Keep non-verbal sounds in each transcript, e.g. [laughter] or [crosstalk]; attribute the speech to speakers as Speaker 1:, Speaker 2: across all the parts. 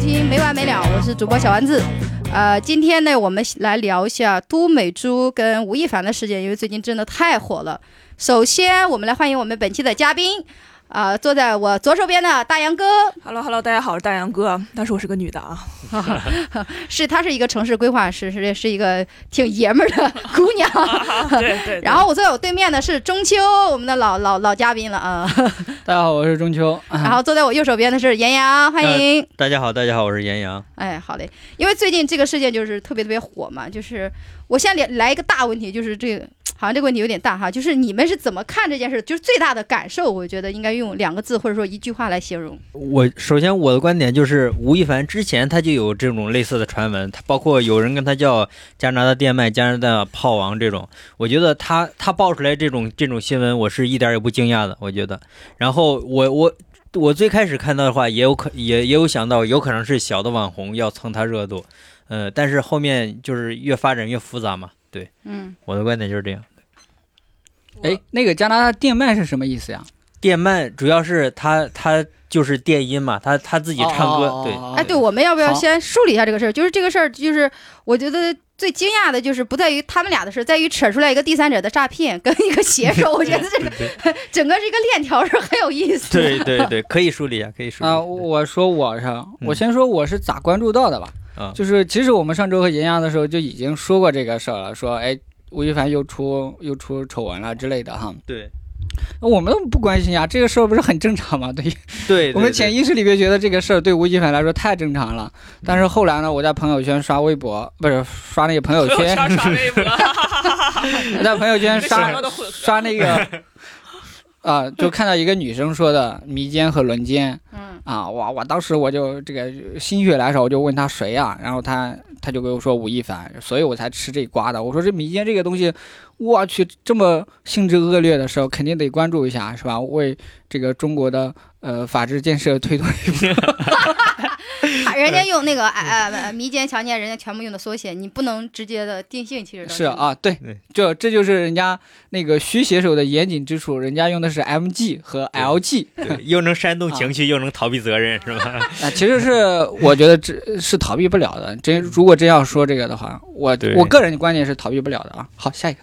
Speaker 1: 听没完没了，我是主播小丸子。呃，今天呢，我们来聊一下都美珠跟吴亦凡的事件，因为最近真的太火了。首先，我们来欢迎我们本期的嘉宾，啊，坐在我左手边的大杨哥，
Speaker 2: Hello Hello，大家好，我是大杨哥，但是我是个女的啊。
Speaker 1: 是他是一个城市规划师，是是一个 [laughs] 挺爷们儿的姑娘。
Speaker 2: 对对
Speaker 1: 然后我坐在我对面的是中秋，我们的老老老嘉宾了啊。
Speaker 3: 大家好，我是中秋。
Speaker 1: 然后坐在我右手边的是严阳，欢迎。
Speaker 4: 大家好，大家好，我是严阳。
Speaker 1: 哎，好嘞，因为最近这个事件就是特别特别火嘛，就是我先来来一个大问题，就是这个好像这个问题有点大哈，就是你们是怎么看这件事？就是最大的感受，我觉得应该用两个字或者说一句话来形容。
Speaker 4: 我首先我的观点就是，吴亦凡之前他就有这种类似的传闻，他包括有人跟他叫加拿大电麦、加拿大炮王这种。我觉得他他爆出来这种这种新闻，我是一点儿也不惊讶的。我觉得，然后我我我最开始看到的话，也有可也也有想到，有可能是小的网红要蹭他热度，呃，但是后面就是越发展越复杂嘛。对，
Speaker 1: 嗯，
Speaker 4: 我的观点就是这样。
Speaker 3: 哎，那个加拿大电鳗是什么意思呀？
Speaker 4: 电鳗主要是他他就是电音嘛，他他自己唱歌，
Speaker 3: 哦
Speaker 4: 对
Speaker 3: 哦哦哦
Speaker 1: 哎，对，我们要不要
Speaker 3: 好
Speaker 1: 先梳理一下这个事儿？就是这个事儿，就是我觉得最惊讶的就是不在于他们俩的事，在于扯出来一个第三者的诈骗跟一个携手，我觉得 [laughs] 这个整个这个链条是很有意 [laughs] 思的。
Speaker 4: 对对对，可以梳理一下，可以梳理一下
Speaker 3: 啊，我说我是，我先说我是咋关注到的吧。
Speaker 4: 嗯
Speaker 3: 就是其实我们上周和严阳的时候就已经说过这个事儿了，说哎，吴亦凡又出又出丑闻了之类的哈。
Speaker 4: 对
Speaker 3: 我们不关心呀，这个事儿不是很正常吗？对于
Speaker 4: 对，对
Speaker 3: 我们潜
Speaker 4: 对
Speaker 3: 意识里边觉得这个事儿对吴亦凡来说太正常了，但是后来呢，我在朋友圈刷微博，不是刷那个朋友
Speaker 4: [laughs]
Speaker 2: 朋友
Speaker 3: 圈，
Speaker 2: 圈刷微博，
Speaker 3: [laughs] 我在朋友圈
Speaker 2: 这什
Speaker 3: 刷
Speaker 2: 么都混合。
Speaker 3: 刷那个
Speaker 2: [laughs]
Speaker 3: 啊、就看到一个女生说的迷奸和轮奸
Speaker 1: 嗯，
Speaker 3: 啊，哇，我当时我就这个心血来潮，我就问她谁呀、然后她她就跟我说吴亦凡，所以我才吃这一瓜的。我说这迷奸这个东西，我去这么性质恶劣的时候，肯定得关注一下，是吧？为这个中国的呃法治建设推动一波。
Speaker 1: 啊人家用那个呃呃迷奸强奸，人家全部用的缩写，你不能直接的定性，其实都
Speaker 3: 是啊，对
Speaker 4: 对，
Speaker 3: 就这就是人家那个虚写手的严谨之处，人家用的是 MG 和 LG
Speaker 4: 对又能煽动情绪，又能逃避责任，是吧？
Speaker 3: [laughs] 啊，其实是我觉得这是逃避不了的。真如果真要说这个的话，我
Speaker 4: 对
Speaker 3: 我个人观点是逃避不了的啊。好，下一个，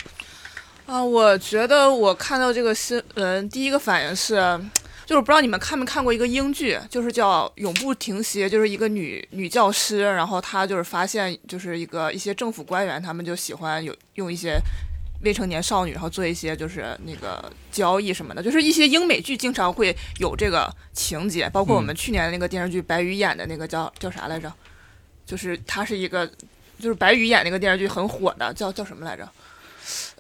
Speaker 2: 啊，我觉得我看到这个新闻，第一个反应是，就是我不知道你们看没看过一个英剧，就是叫《永不停歇》，就是一个女女教师，然后她就是发现，就是一个一些政府官员，他们就喜欢有用一些。未成年少女，然后做一些就是那个交易什么的，就是一些英美剧经常会有这个情节，包括我们去年的那个电视剧白宇演的那个叫叫啥来着，就是她是一个，就是白宇演那个电视剧很火的，叫叫什么来着？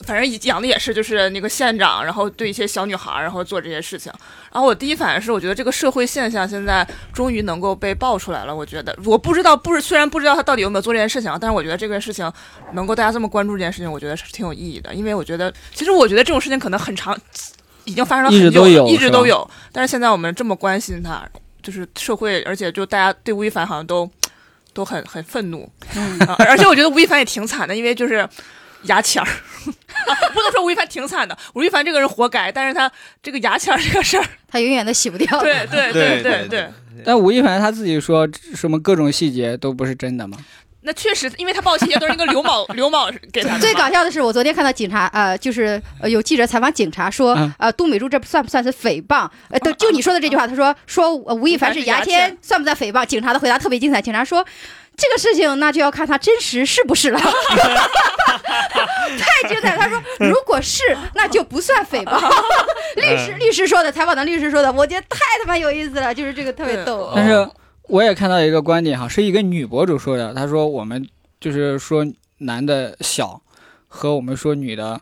Speaker 2: 反正养的也是就是那个县长，然后对一些小女孩儿，然后做这些事情。然后我第一反应是，我觉得这个社会现象现在终于能够被爆出来了。我觉得我不知道，不是虽然不知道他到底有没有做这件事情啊，但是我觉得这个事情能够大家这么关注这件事情，我觉得是挺有意义的。因为我觉得，其实我觉得这种事情可能很长，已经发生了
Speaker 3: 一直
Speaker 2: 很久
Speaker 3: 都
Speaker 2: 了，
Speaker 3: 有
Speaker 2: 一直
Speaker 3: 是
Speaker 2: 都
Speaker 3: 吧
Speaker 2: 有。但是现在我们这么关心他，就是社会，而且就大家对吴亦凡好像都都很很愤怒。啊，而且我觉得吴亦凡也挺惨的，因为就是牙签儿、啊不能说吴亦凡挺惨的，吴亦凡这个人活该，但是他这个牙签儿这个事儿，
Speaker 1: 他永远都洗不掉。
Speaker 2: 对对对
Speaker 4: 对
Speaker 2: 对，
Speaker 3: 但吴亦凡他自己说什么各种细节都不是真的嘛？
Speaker 2: 那确实，因为他报信息都是那个刘某刘某给他的嘛，
Speaker 1: 最搞笑的是，我昨天看到警察，呃，就是、呃、有记者采访警察说，
Speaker 3: 嗯
Speaker 1: 呃，杜美珠这算不算是诽谤？呃，都就你说的这句话，他说说呃吴亦凡是牙
Speaker 2: 吴亦凡是牙
Speaker 1: 签，算不算诽谤？警察的回答特别精彩，警察说。这个事情那就要看他真实是不是了， [laughs] 太精彩了！他说，如果是，那就不算诽谤。 [laughs] 律师律师说的，采访的律师说的，我觉得太他妈有意思了，就是这个特别
Speaker 2: 对
Speaker 1: 逗。
Speaker 3: 但是我也看到一个观点哈，是一个女博主说的，她说我们就是说男的小和我们说女的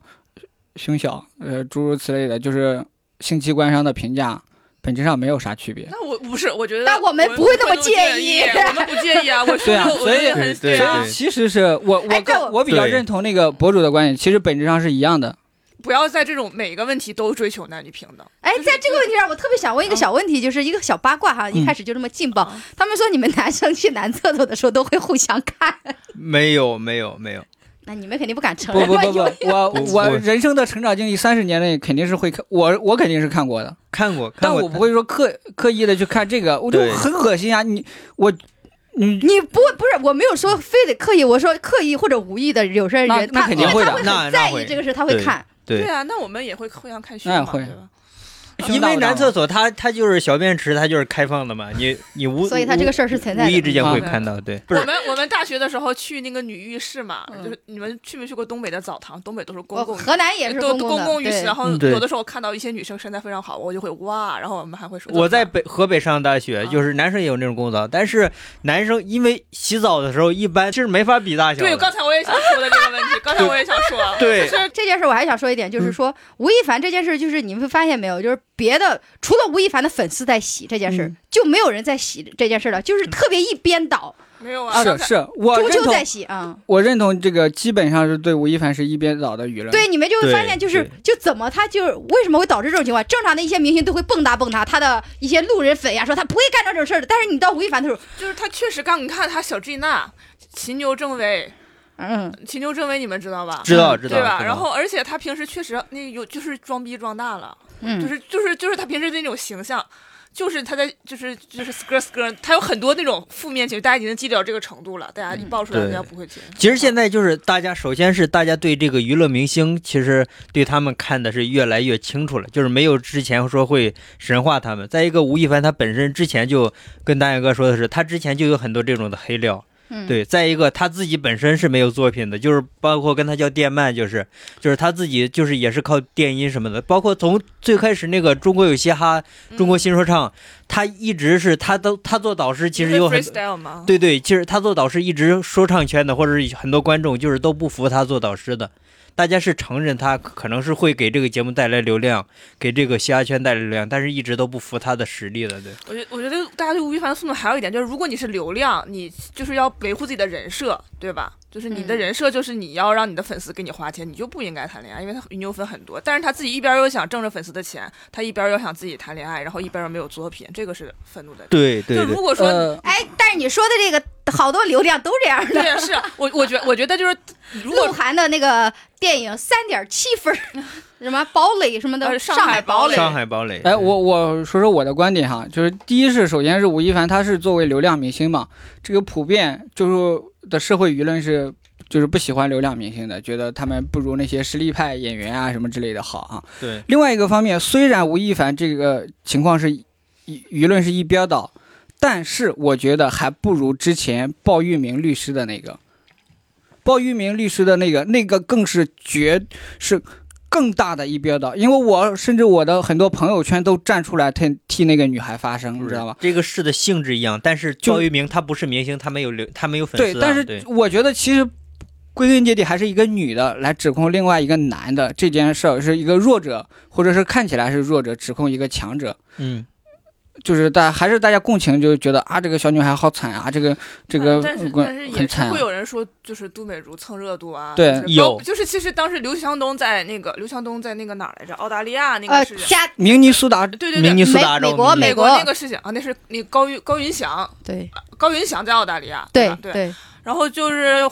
Speaker 3: 胸小，呃，诸如此类的，就是性器官上的评价本质上没有啥区别。
Speaker 2: 那我不是，我觉得，
Speaker 1: 但我们不会那么介意
Speaker 2: 我们不介意啊，我
Speaker 3: 对啊
Speaker 2: 我
Speaker 3: 所以
Speaker 2: 我很
Speaker 4: 对
Speaker 3: 所
Speaker 2: 啊
Speaker 3: 以，其实是我
Speaker 1: 哎对
Speaker 3: 我
Speaker 1: 我
Speaker 3: 跟我比较
Speaker 4: 对
Speaker 3: 认同那个博主的观点，其实本质上是一样的。
Speaker 2: 不要在这种每个问题都追求男女平等。
Speaker 1: 哎，在这个问题上，我特别想问一个小问题，就是一个小八卦哈，一开始就这么劲爆。
Speaker 2: 嗯
Speaker 1: 他们说你们男生去男厕所的时候都会互相看，
Speaker 4: 没有没有没有，
Speaker 1: 那你们肯定不敢承
Speaker 3: [laughs] 不
Speaker 1: 认
Speaker 3: 不
Speaker 1: 吧？
Speaker 3: 不
Speaker 1: 有
Speaker 3: 不，我
Speaker 4: 我
Speaker 3: 我人生的成长经历三十年内肯定是会看，我我肯定是看过的，
Speaker 4: 看过，看
Speaker 3: 但
Speaker 4: 过
Speaker 3: 我不会说刻刻意的去看这个，我就
Speaker 4: 对
Speaker 3: 很恶心啊！你我你
Speaker 1: [laughs] 你不不是，我没有说非得刻意，我说刻意或者无意的，有些人
Speaker 3: 那那
Speaker 1: 他
Speaker 3: 肯定
Speaker 1: 因为
Speaker 3: 会的
Speaker 1: 他会
Speaker 4: 那
Speaker 1: 很
Speaker 4: 那
Speaker 1: 在
Speaker 4: 会
Speaker 1: 意这个事，他会
Speaker 4: 对
Speaker 1: 看。
Speaker 4: 对
Speaker 2: 啊，那我们也会互相看胸
Speaker 3: 哎
Speaker 2: 嘛，
Speaker 3: 会
Speaker 2: 对吧？
Speaker 3: 啊
Speaker 4: 因为男厕所它它就是小便池，它就是开放的嘛，你你
Speaker 1: [laughs]
Speaker 4: 无
Speaker 1: 所以他这个事儿是存在
Speaker 4: 无
Speaker 1: 的
Speaker 4: 意之间会
Speaker 2: 啊
Speaker 4: 看到，对，
Speaker 2: 我们我们大学的时候去那个女浴室嘛，
Speaker 1: 嗯
Speaker 2: 就是你们去没去过东北的澡堂？东北都是公
Speaker 1: 我
Speaker 2: 共。
Speaker 1: 河南也是
Speaker 2: 都
Speaker 1: 公
Speaker 2: 公
Speaker 1: 的
Speaker 2: 啊共浴
Speaker 1: 对
Speaker 2: 室，然后
Speaker 4: 嗯对
Speaker 2: 有的时候看到一些女生身材非常好，我就会哇，然后我们还会说
Speaker 4: 我在北河北上大学，
Speaker 2: 啊
Speaker 4: 就是男生也有那种公澡，但是男生因为洗澡的时候一般是没法比大小
Speaker 2: 对，
Speaker 4: 的，
Speaker 2: 刚才我也想说的这个问
Speaker 4: [laughs]
Speaker 2: 题，刚才我也想说，啊
Speaker 4: 对
Speaker 2: 就是
Speaker 1: 这件事我还想说一点，就是说、吴亦凡这件事，就是你们发现没有，就是别的除了吴亦凡的粉丝在洗这件事，
Speaker 3: 嗯
Speaker 1: 就没有人在洗这件事了，就是特别一边倒，
Speaker 2: 没有啊，
Speaker 3: 是
Speaker 2: 刚才
Speaker 3: 是，我
Speaker 1: 中
Speaker 3: 认
Speaker 1: 秋
Speaker 3: 同
Speaker 1: 在洗啊、
Speaker 3: 我认同这个，基本上是对吴亦凡是一边倒的舆论。
Speaker 1: 对，你们就会
Speaker 4: 对
Speaker 1: 发现，就是
Speaker 4: 对
Speaker 1: 就怎么他就是为什么会导致这种情况？正常的一些明星都会蹦跶蹦跶，他的一些路人粉呀说他不会干这种事儿的，但是你到吴亦凡的时候，
Speaker 2: 就是他确实干，你看他小 G 娜、秦牛政委、
Speaker 1: 嗯，
Speaker 2: 秦牛政委，你们知道吧？
Speaker 4: 知道
Speaker 1: 嗯
Speaker 4: 知道，
Speaker 2: 对吧？
Speaker 4: 知道
Speaker 2: 然后而且他平时确实那有就是装逼装大了，
Speaker 1: 嗯
Speaker 2: 就是就是就是他平时的那种形象。就是他在，就是就是 skr skr，他有很多那种负面情绪，大家已经记到这个程度了，大家一爆出来，
Speaker 4: 嗯对
Speaker 2: 大家不会接受。
Speaker 4: 其实现在就是大家，首先是大家对这个娱乐明星，其实对他们看的是越来越清楚了，就是没有之前说会神化他们。再一个，吴亦凡他本身之前就跟大眼哥说的是，他之前就有很多这种的黑料。
Speaker 1: 嗯，
Speaker 4: 对，再一个他自己本身是没有作品的，就是包括跟他叫电鳗，就是就是他自己就是也是靠电音什么的，包括从最开始那个中国有嘻哈、中
Speaker 2: 嗯
Speaker 4: 国新说唱，他一直是他都他做导师，其实有很
Speaker 2: freestyle 吗？
Speaker 4: 对对，其实他做导师一直说唱圈的，或者是很多观众就是都不服他做导师的，大家是承认他可能是会给这个节目带来流量，给这个嘻哈圈带来流量，但是一直都不服他的实力的，对，
Speaker 2: 我觉我觉得大家对吴亦凡的愤怒还有一点，就是如果你是流量，你就是要维护自己的人设，对吧？就是你的
Speaker 1: 嗯
Speaker 2: 人设就是你要让你的粉丝给你花钱，你就不应该谈恋爱，因为他云牛粉很多。但是他自己一边又想挣着粉丝的钱，他一边又想自己谈恋爱，然后一边又没有作品，这个是愤怒的点。
Speaker 4: 对对
Speaker 2: 就如果说、
Speaker 3: 呃，
Speaker 1: 哎，但是你说的这个好多流量都这样的。
Speaker 2: 对是啊我我觉我觉得就是如
Speaker 1: 鹿
Speaker 2: 果
Speaker 1: 晗的那个电影三点七分儿，什么堡垒什么的，
Speaker 2: 呃
Speaker 1: 上
Speaker 2: 上海堡
Speaker 1: 垒
Speaker 2: 垒
Speaker 4: 上海堡垒，
Speaker 3: 哎，我我说说我的观点哈，就是第一是，首先是吴亦凡，他是作为流量明星嘛，这个普遍就是的社会舆论是就是不喜欢流量明星的，觉得他们不如那些实力派演员啊什么之类的好啊。
Speaker 4: 对
Speaker 3: 另外一个方面，虽然吴亦凡这个情况是一舆论是一边倒，但是我觉得还不如之前鲍玉明律师的那个。鲍玉明律师的那个，那个更是绝是更大的一边倒，因为我甚至我的很多朋友圈都站出来替替那个女孩发声，你知道吧？
Speaker 4: 这个事的性质一样，但是
Speaker 3: 就
Speaker 4: 赵玉明他不是明星，他没有流，他没有粉
Speaker 3: 对，
Speaker 4: 丝、啊，
Speaker 3: 但是我觉得其实归根结底还是一个女的来指控另外一个男的这件事儿，是一个弱者或者是看起来是弱者指控一个强者，
Speaker 4: 嗯，
Speaker 3: 就是大家还是大家共情，就觉得啊，这个小女孩好惨啊，这个这个、
Speaker 2: 嗯但是
Speaker 3: 呃
Speaker 2: 但是也
Speaker 3: 很
Speaker 2: 是
Speaker 3: 惨、
Speaker 2: 会
Speaker 3: 啊。
Speaker 2: 有人说，就是杜美竹蹭热度啊，
Speaker 3: 对
Speaker 2: 就是包
Speaker 4: 有
Speaker 2: 就是其实当时刘强东在那个刘强东在那个哪儿来着？澳大利亚那
Speaker 1: 呃
Speaker 2: 个事情，
Speaker 1: 加
Speaker 3: 明尼苏达
Speaker 2: 对对对
Speaker 4: 明，尼苏
Speaker 1: 美
Speaker 4: 达州
Speaker 1: 美国
Speaker 4: 明尼
Speaker 1: 美
Speaker 2: 美
Speaker 1: 国
Speaker 2: 那个事情啊，那是那高云高云翔，
Speaker 1: 对
Speaker 2: 高云翔在澳大利亚，
Speaker 1: 对
Speaker 2: 吧对然后就是，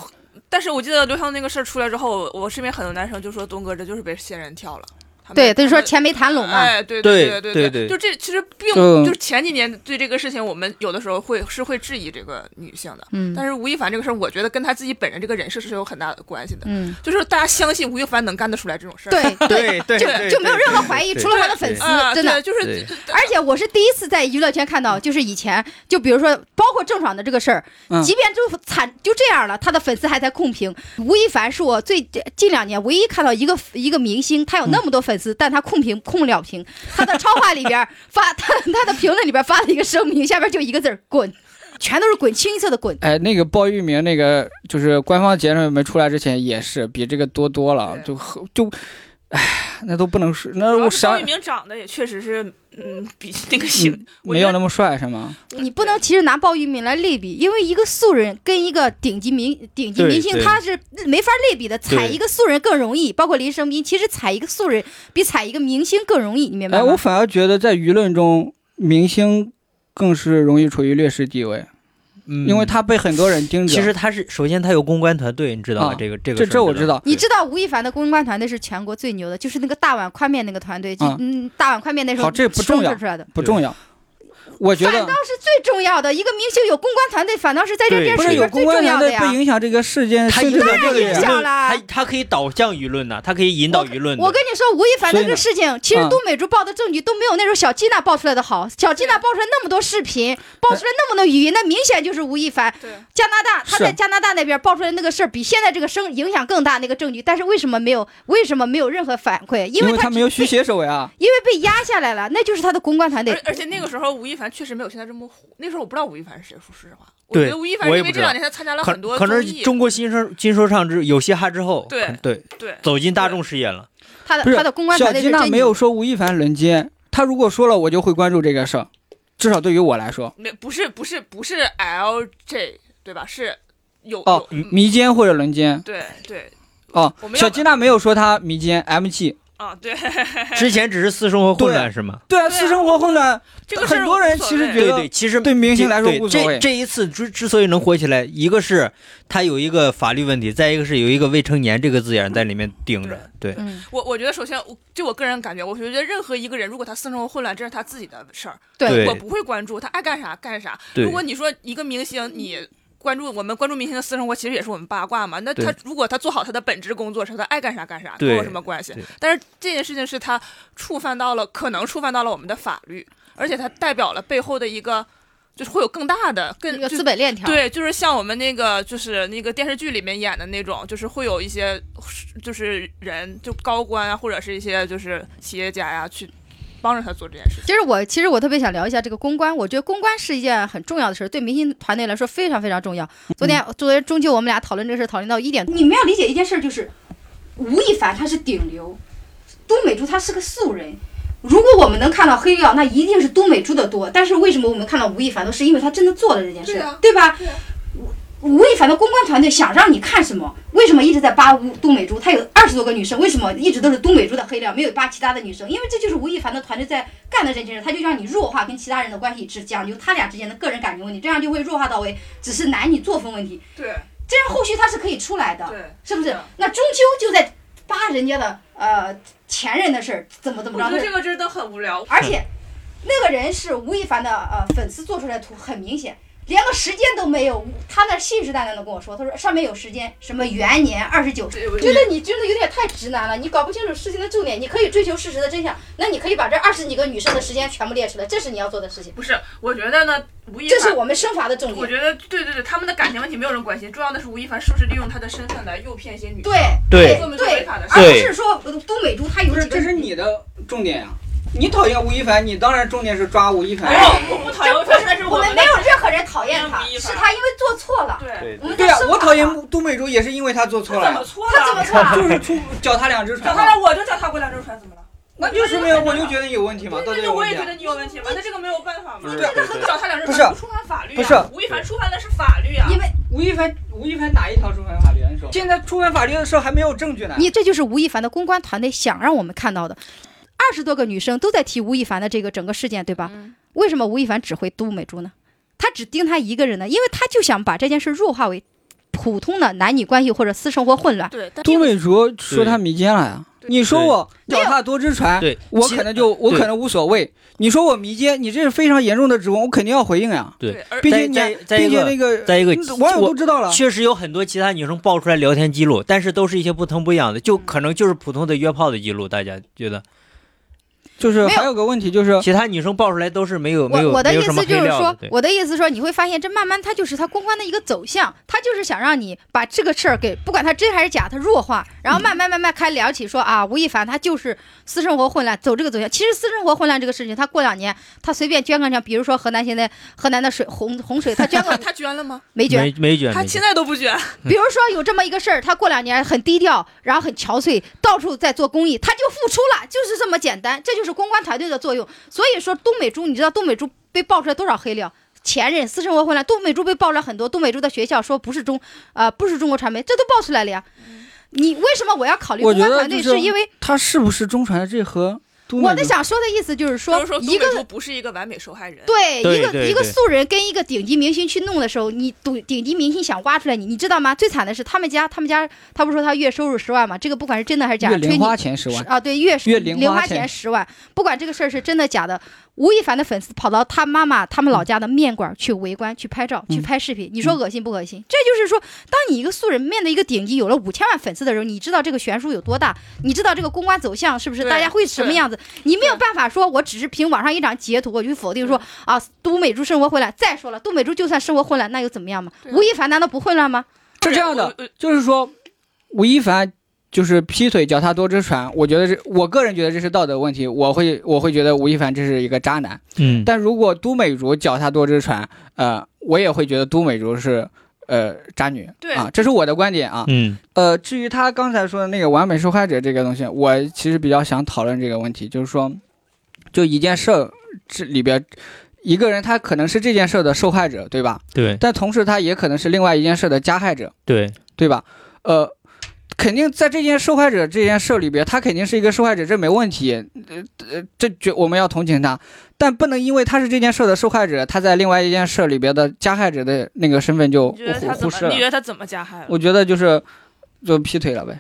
Speaker 2: 但是我记得刘翔那个事儿出来之后，我身边很多男生就说东哥这就是被仙人跳了，他们
Speaker 1: 对，他就说
Speaker 2: 们
Speaker 1: 钱没谈拢嘛，
Speaker 2: 哎，对
Speaker 4: 对
Speaker 2: 对
Speaker 4: 对
Speaker 2: 对
Speaker 4: 对
Speaker 2: 就这其实并
Speaker 3: 就
Speaker 2: 就是前几年对这个事情，我们有的时候会是会质疑这个女性的，
Speaker 1: 嗯
Speaker 2: 但是吴亦凡这个事儿，我觉得跟他自己本人这个人设是有很大的关系的，
Speaker 1: 嗯，
Speaker 2: 就是大家相信吴亦凡能干得出来这种事儿，
Speaker 1: 对
Speaker 4: [laughs] 对对
Speaker 1: [laughs] 就就没有任何怀疑，除了他的粉丝
Speaker 2: 啊，，
Speaker 1: 真的
Speaker 2: 对，就是
Speaker 4: 对
Speaker 1: [laughs] 而且我是第一次在娱乐圈看到，就是以前就比如说，包括郑爽的这个事儿，
Speaker 3: 嗯
Speaker 1: 即便就惨就这样了，他的粉丝还在控评。吴亦凡是我最近两年唯一看到一个一个明星，他有那么多粉丝，但他控评控不了评。他的超话里边儿发 [laughs] 他他的评论里边儿发了一个声明，下边就一个字儿滚，全都是滚，清一色的滚。
Speaker 3: 哎，那个鲍玉明那个就是官方结论没出来之前也是比这个多多了，
Speaker 2: 对
Speaker 3: 就和就，哎，那都不能说，那
Speaker 2: 主要
Speaker 3: 我
Speaker 2: 是高
Speaker 3: 想
Speaker 2: 一鸣长得也确实是，嗯，比那个型我
Speaker 3: 没
Speaker 2: 觉
Speaker 3: 有
Speaker 2: 得
Speaker 3: 那么帅是吗？
Speaker 1: 你不能其实拿鲍玉明来类比，因为一个素人跟一个顶级明顶级
Speaker 4: 对
Speaker 1: 明星
Speaker 4: 对
Speaker 1: 他是没法类比的。踩
Speaker 4: 对
Speaker 1: 一个素人更容易，包括林生斌，其实踩一个素人比踩一个明星更容易，你明白
Speaker 3: 哎，
Speaker 1: 吗
Speaker 3: 我？反而觉得在舆论中，明星更是容易处于劣势地位，
Speaker 4: 嗯
Speaker 3: 因为他被很多人
Speaker 1: 嗯
Speaker 3: 盯着。
Speaker 4: 其实他是首先他有公关团队，你知道吗？
Speaker 3: 啊
Speaker 4: 这个这个
Speaker 3: 这
Speaker 4: 事儿
Speaker 3: 这我知道，
Speaker 1: 你知道吴亦凡的公关团队是全国最牛的，就是那个大碗宽面那个团队，就
Speaker 3: 啊
Speaker 1: 嗯，大碗宽面那时候
Speaker 3: 好这不重要
Speaker 1: 生出来的。
Speaker 3: 不重要。我觉
Speaker 1: 反
Speaker 3: 得
Speaker 1: 倒是最重要的。一个明星有公关团队，反倒是在这件
Speaker 4: 对
Speaker 3: 不
Speaker 1: 事
Speaker 3: 是
Speaker 1: 里
Speaker 3: 有
Speaker 1: 边
Speaker 3: 公
Speaker 1: 最
Speaker 3: 关
Speaker 1: 重要
Speaker 3: 团
Speaker 1: 的
Speaker 3: 队
Speaker 1: 呀。
Speaker 3: 被影响这个事件，
Speaker 4: 他
Speaker 3: 甚
Speaker 4: 影
Speaker 3: 至
Speaker 4: 响
Speaker 3: 在这
Speaker 4: 这
Speaker 3: 个
Speaker 4: 个
Speaker 1: 影
Speaker 3: 人
Speaker 1: 响
Speaker 4: 舆论，
Speaker 1: 啦
Speaker 4: 他他可以导向舆论呐，他可以引导舆论的。
Speaker 1: 我跟你说，吴亦凡的
Speaker 3: 所以
Speaker 1: 这个
Speaker 3: 呢
Speaker 1: 事情，其实
Speaker 3: 嗯
Speaker 1: 都美珠报的证据都没有那时候小鸡娜爆出来的好。小鸡娜爆出来那么多视频，爆出来那么多语音，那明显就是吴亦凡。
Speaker 2: 对，
Speaker 1: 加拿大，他
Speaker 3: 是
Speaker 1: 在加拿大那边爆出来那个事儿，比现在这个声影响更大那个证据，但是为什么没有？为什么没有任何反馈？因
Speaker 3: 因
Speaker 1: 为
Speaker 3: 为
Speaker 1: 他
Speaker 3: 他没有虚写手呀。
Speaker 1: 因为被压下来了，那就是他的公关团队
Speaker 2: 而。而且那个时候吴亦凡确实没有现在这么火，那时候我不知道吴亦凡是谁，说实话，我
Speaker 4: 对
Speaker 2: 觉得吴亦凡
Speaker 4: 我
Speaker 2: 是
Speaker 4: 也
Speaker 2: 因
Speaker 4: 不
Speaker 2: 为
Speaker 4: 知
Speaker 2: 这
Speaker 4: 道
Speaker 2: 两年他参加了
Speaker 4: 可
Speaker 2: 很多
Speaker 4: 可能
Speaker 2: 综
Speaker 4: 是
Speaker 2: 艺，
Speaker 4: 中国新说新说唱之有嘻哈之后，
Speaker 2: 对
Speaker 4: 可对，
Speaker 2: 对
Speaker 4: 走进大众视野了。
Speaker 1: 他的
Speaker 3: 不是
Speaker 1: 他的公关
Speaker 3: 小
Speaker 1: 团队
Speaker 3: 吉
Speaker 1: 是
Speaker 3: 娜
Speaker 1: 真
Speaker 3: 没有说吴亦凡轮奸，他如果说了，我就会关注这个事儿，至少对于我来说。
Speaker 2: 没不是不是不是 LJ 对吧？是有
Speaker 3: 哦
Speaker 2: 有嗯
Speaker 3: 迷奸或者轮奸
Speaker 2: 对对
Speaker 3: 哦
Speaker 2: 我，们要
Speaker 3: 小吉娜没有说他迷奸 MG，
Speaker 2: 啊对，
Speaker 4: [laughs] 之前只是私生活混乱是吗？
Speaker 3: 对
Speaker 2: 对
Speaker 3: 啊，
Speaker 2: 啊
Speaker 3: 私生活混乱，
Speaker 2: 这个事儿
Speaker 3: 很多人
Speaker 2: 无所
Speaker 3: 其实
Speaker 2: 谓
Speaker 3: 觉
Speaker 4: 对
Speaker 3: 得
Speaker 4: 对，其实
Speaker 3: 对明星来说
Speaker 4: 对
Speaker 3: 无所谓
Speaker 4: 这。这一次之之所以能火起来，一个是它有一个法律问题，再一个是有一个未成年这个字眼在里面顶着。对，
Speaker 1: 嗯，
Speaker 2: 我我觉得首先我就我个人感觉，我觉得任何一个人如果他私生活混乱，这是他自己的事儿，
Speaker 1: 对
Speaker 2: 我不会关注他爱干啥干啥。
Speaker 4: 对
Speaker 2: 如果你说一个明星你。关注我们关注明星的私生活，其实也是我们八卦嘛。那
Speaker 4: 对
Speaker 2: 他如果他做好他的本职工作，是他爱干啥干啥，跟
Speaker 4: 对
Speaker 2: 我有什么关系
Speaker 4: 对？
Speaker 2: 但是这件事情是他触犯到了，可能触犯到了我们的法律，而且他代表了背后的一个，就是会有更大的、
Speaker 1: 一
Speaker 2: 更
Speaker 1: 个
Speaker 2: 就
Speaker 1: 资本链条。
Speaker 2: 对，就是像我们那个，就是那个电视剧里面演的那种，就是会有一些，就是人就高官啊，或者是一些就是企业家呀、去帮着他做这件事情。
Speaker 1: 其实我其实我特别想聊一下这个公关，我觉得公关是一件很重要的事儿，对明星团队来说非常非常重要。昨天昨天中秋我们俩讨论这个事儿，讨论到一点，你们要理解一件事儿，就是吴亦凡他是顶流，都美竹她是个素人。如果我们能看到黑料，那一定是都美珠的多。但是为什么我们看到吴亦凡都是因为他真的做了这件事，
Speaker 2: 对啊
Speaker 1: 对吧？吴吴亦凡的公关团队想让你看什么？为什么一直在扒吴都美珠？她有二十多个女生，为什么一直都是都美珠的黑料，没有扒其他的女生？因为这就是吴亦凡的团队在干的这件事，他就让你弱化跟其他人的关系，只讲究他俩之间的个人感情问题，这样就会弱化到为只是男女作风问题，
Speaker 2: 对
Speaker 1: 这样后续他是可以出来的。
Speaker 2: 对，
Speaker 1: 是不
Speaker 2: 是
Speaker 1: 是
Speaker 2: 的？
Speaker 1: 那中秋就在扒人家的呃前任的事儿，怎么怎么
Speaker 2: 我
Speaker 1: 着
Speaker 2: 觉
Speaker 1: 那
Speaker 2: 得
Speaker 1: 是？
Speaker 2: 这个真的很无聊。
Speaker 1: 而且那个人是吴亦凡的呃粉丝做出来的图，很明显，连个时间都没有。他那信誓旦旦的跟我说，他说上面有时间，什么元年二十九。
Speaker 2: 对我
Speaker 1: 觉得你真的有点太直男了，你搞不清楚事情的重点，你可以追求事实的真相，那你可以把这二十几个女生的时间全部列出来，这是你要做的事情，
Speaker 2: 不是，我觉得呢，吴亦
Speaker 1: 这是
Speaker 2: 凡，
Speaker 1: 我们生罚的重
Speaker 2: 我
Speaker 1: 点。
Speaker 2: 觉得对对对，他们的感情问题没有人关心，重要的是吴亦凡是不是利用他的身份来诱骗一些女
Speaker 1: 对
Speaker 4: 对
Speaker 2: 做没做违
Speaker 1: 对，
Speaker 2: 法的事
Speaker 1: 而
Speaker 2: 儿。
Speaker 1: 不
Speaker 4: 对
Speaker 1: 是说都美珠她有
Speaker 3: 不
Speaker 1: 几
Speaker 3: 是，
Speaker 1: 个
Speaker 3: 这是你的重点呀、你讨厌吴亦凡，你当然重点是抓吴亦凡。
Speaker 2: 哦，我不讨厌吴亦凡，但是
Speaker 1: 我们
Speaker 2: 们
Speaker 1: 没有任何人讨厌他，
Speaker 2: 没有意义
Speaker 1: 是
Speaker 2: 吧
Speaker 1: 他因为做错了。
Speaker 2: 对，
Speaker 4: 对
Speaker 1: 我们
Speaker 3: 对呀、啊
Speaker 1: 在生
Speaker 3: 我
Speaker 1: 他
Speaker 3: 讨厌都美竹也是因为他做错
Speaker 2: 他
Speaker 3: 了
Speaker 2: 怎么
Speaker 3: 呀，
Speaker 2: 错
Speaker 1: 他怎么啊
Speaker 2: 了？
Speaker 1: 错了？
Speaker 3: 就是出脚踏两只
Speaker 2: 找
Speaker 3: 船
Speaker 2: 他
Speaker 3: 嘛，
Speaker 2: 来，我就叫他过两周船，怎么了？
Speaker 3: 那就说明我就觉得有问题嘛，到
Speaker 2: 那
Speaker 3: 底
Speaker 2: 就
Speaker 3: 有
Speaker 2: 我
Speaker 3: 问
Speaker 2: 也
Speaker 3: 题
Speaker 2: 觉
Speaker 3: 啊。
Speaker 2: 得你有问题嘛，那这个没有办法嘛。
Speaker 4: 对对对
Speaker 2: 脚踏两只
Speaker 3: 不是
Speaker 2: 船，触犯法律、啊，
Speaker 3: 不是
Speaker 2: 吴亦凡触犯的是法律啊。
Speaker 1: 因为
Speaker 3: 吴亦凡，吴亦凡哪一条触犯法律啊？你说现在触犯法律的时候还没有证据呢。
Speaker 1: 你这就是吴亦凡的公关团队想让我们看到的。二十多个女生都在提吴亦凡的这个整个事件，对
Speaker 2: 嗯
Speaker 1: 吧？为什么吴亦凡只会都美珠呢？他只盯他一个人呢？因为他就想把这件事弱化为普通的男女关系或者私生活混乱。
Speaker 2: 对，但
Speaker 3: 都美竹说他
Speaker 4: 对
Speaker 3: 迷奸了呀？
Speaker 2: 对
Speaker 3: 你说我脚踏多只船，
Speaker 4: 对，
Speaker 3: 啊我
Speaker 4: 其
Speaker 3: 可能就我可能无所谓。你说我迷奸，你这是非常严重的指控，我肯定要回应呀。
Speaker 4: 对，
Speaker 2: 而
Speaker 3: 并且你
Speaker 4: 再再
Speaker 3: 并
Speaker 4: 一
Speaker 3: 且
Speaker 4: 个
Speaker 3: 那个
Speaker 4: 再一个
Speaker 3: 嗯网友都知道了，
Speaker 4: 确实有很多其他女生爆出来聊天记录，但是都是一些不疼不痒的，就可能就是普通的约炮的记录。大家觉得
Speaker 3: 就是
Speaker 1: 没有
Speaker 3: 还有个问题就是，
Speaker 4: [laughs] 其他女生爆出来都是没有没
Speaker 1: 我
Speaker 4: 有
Speaker 1: 我的
Speaker 4: 没
Speaker 1: 意
Speaker 4: 有什么
Speaker 1: 思
Speaker 4: 黑
Speaker 1: 就是
Speaker 4: 料
Speaker 1: 说
Speaker 4: 的，对，
Speaker 1: 我的意思说，你会发现这慢慢它就是它公关的一个走向，它就是想让你把这个事儿给不管它真还是假，它弱化，然后慢
Speaker 4: 嗯
Speaker 1: 慢慢慢开始聊起说啊，吴亦凡他就是私生活混乱，走这个走向。其实私生活混乱这个事情，他过两年他随便捐个钱，比如说河南现在河南的水洪洪水，他捐
Speaker 2: 他
Speaker 1: 个 [laughs]
Speaker 2: 他捐了吗？
Speaker 1: 没捐，
Speaker 4: 没没卷，
Speaker 2: 他
Speaker 4: 没
Speaker 2: 现
Speaker 4: 卷
Speaker 2: 在都不捐，
Speaker 1: 比如说有这么一个事儿，他过两年很低调，然后很憔悴，到处在做公益，他就付出了，就是这么简单。这就是公关团队的作用。所以说，东北猪，你知道东北猪被爆出来多少黑料？前任、私生活混乱，东北猪被爆出来很多。东北猪的学校说不是中，呃，不是中国传媒，这都爆出来了呀。你为什么我要考虑
Speaker 3: 我
Speaker 1: 公
Speaker 3: 觉得
Speaker 1: 关团队？
Speaker 3: 就是
Speaker 1: 因为
Speaker 3: 他是不是中传的这和都
Speaker 1: 我
Speaker 3: 美
Speaker 1: 在
Speaker 3: 竹
Speaker 1: 想说的意思就是说
Speaker 2: 就是说，，
Speaker 1: 一
Speaker 2: 杜美
Speaker 1: 个
Speaker 2: 竹不是一个完美受害人。
Speaker 1: 对
Speaker 4: 对
Speaker 1: 一个
Speaker 4: 对
Speaker 1: 一个
Speaker 4: 对
Speaker 1: 素人跟一个顶级明星去弄的时候，你顶顶级明星想挖出来你，你知道吗？最惨的是他们家，他们家他不是说他月收入十万吗？这个不管是真的还是假
Speaker 3: 月
Speaker 1: 的，吹
Speaker 3: 零
Speaker 1: 你
Speaker 3: 花钱十万，
Speaker 1: 啊，对，月
Speaker 3: 月
Speaker 1: 零
Speaker 3: 零
Speaker 1: 花
Speaker 3: 花钱
Speaker 1: 钱十万，不管这个事儿是真的假的，吴亦凡的粉丝跑到他妈妈他们老家的面馆去围观、去拍照、去
Speaker 3: 嗯
Speaker 1: 拍视频，你说恶心不恶心？这就是说，当你一个素人面对一个顶级有了五千万粉丝的时候，你知道这个悬殊有多大，你知道这个公关走向是不是
Speaker 2: 对
Speaker 1: 大家会什么
Speaker 2: 是
Speaker 1: 样子？你没有
Speaker 2: 对
Speaker 1: 办法说，我只是凭网上一张截图我就否定说啊，杜美竹生活混乱。再说了，杜美竹就算生活混乱，那又怎么样嘛？
Speaker 2: 对啊
Speaker 1: 吴亦凡难道不混乱吗？
Speaker 3: 是这样的
Speaker 2: 我我，
Speaker 3: 就是说，吴亦凡就是劈腿脚踏多只船，我觉得这，我个人觉得这是道德问题，我会我会觉得吴亦凡这是一个渣男。
Speaker 4: 嗯，
Speaker 3: 但如果都美竹脚踏多只船，呃，我也会觉得都美竹是呃渣女。
Speaker 2: 对
Speaker 3: 啊，这是我的观点啊。
Speaker 4: 嗯
Speaker 3: 呃，至于他刚才说的那个完美受害者这个东西，我其实比较想讨论这个问题，就是说，就一件事儿这里边，一个人他可能是这件事儿的受害者，对吧？
Speaker 4: 对
Speaker 3: 但同时他也可能是另外一件事儿的加害者，
Speaker 4: 对
Speaker 3: 对吧？呃，肯定在这件受害者这件事儿里边，他肯定是一个受害者，这没问题，呃，呃这绝我们要同情他，但不能因为他是这件事儿的受害者，他在另外一件事儿里边的加害者的那个身份就
Speaker 2: 你觉得
Speaker 3: 忽
Speaker 2: 他
Speaker 3: 忽
Speaker 2: 怎
Speaker 3: 视
Speaker 2: 么？
Speaker 3: 了
Speaker 2: 你觉。得他怎么加害了？
Speaker 3: 我觉得就是就劈腿了呗，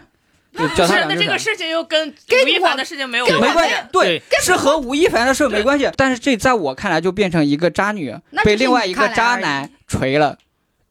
Speaker 3: 就
Speaker 2: 不
Speaker 3: 脚
Speaker 2: 是
Speaker 3: 踏，两
Speaker 2: 那
Speaker 3: 只
Speaker 2: 这个
Speaker 3: 船。
Speaker 2: 事情又跟
Speaker 1: 跟
Speaker 2: 吴亦
Speaker 1: 我
Speaker 2: 凡的事情没有
Speaker 1: 跟
Speaker 3: 没关系
Speaker 2: 系。，
Speaker 3: 对
Speaker 4: 对，
Speaker 3: 是和吴亦凡的事儿没关系，但是这在我看来就变成一个渣女
Speaker 1: 那只
Speaker 3: 被
Speaker 1: 是
Speaker 3: 另外
Speaker 1: 你
Speaker 3: 一
Speaker 1: 看
Speaker 3: 个
Speaker 1: 来
Speaker 3: 渣
Speaker 1: 而已
Speaker 3: 男锤了，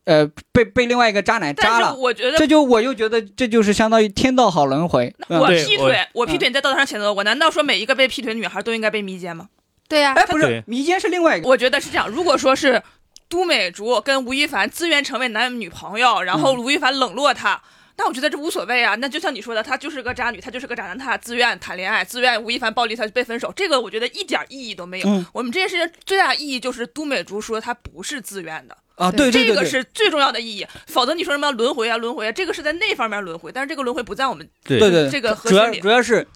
Speaker 3: 呃，被被另外一个渣男渣
Speaker 2: 但是
Speaker 3: 了，
Speaker 2: 我觉得
Speaker 3: 这就我又觉得这就是相当于天道好轮回。嗯
Speaker 2: 我
Speaker 4: 对
Speaker 2: 劈
Speaker 4: 我
Speaker 2: 腿，我劈腿你在道德上谴责我，难道说每一个被劈腿的女孩都应该被迷奸吗？
Speaker 1: 对呀、
Speaker 3: 哎，不是
Speaker 4: 对，
Speaker 3: 迷奸是另外一个，
Speaker 2: 我觉得是这样。如果说是都美竹跟吴亦凡自愿成为男女朋友，然
Speaker 3: 嗯
Speaker 2: 后吴亦凡冷落她。那我觉得这无所谓啊，那就像你说的，她就是个渣女，她就是个渣男，她自愿谈恋爱，自愿吴亦凡暴力她就被分手，这个我觉得一点意义都没有。
Speaker 3: 嗯
Speaker 2: 我们这件事情最大的意义就是都美竹说她不是自愿的，
Speaker 3: 啊，对对
Speaker 2: 这
Speaker 3: 对
Speaker 2: 个
Speaker 3: 对，
Speaker 2: 是最重要的意义。否则你说什么轮回啊轮回啊，这个是在那方面轮回，但是这个轮回不在我们
Speaker 4: 对
Speaker 3: 对对
Speaker 2: 这个核
Speaker 4: 主要
Speaker 2: 心里
Speaker 4: 主。要是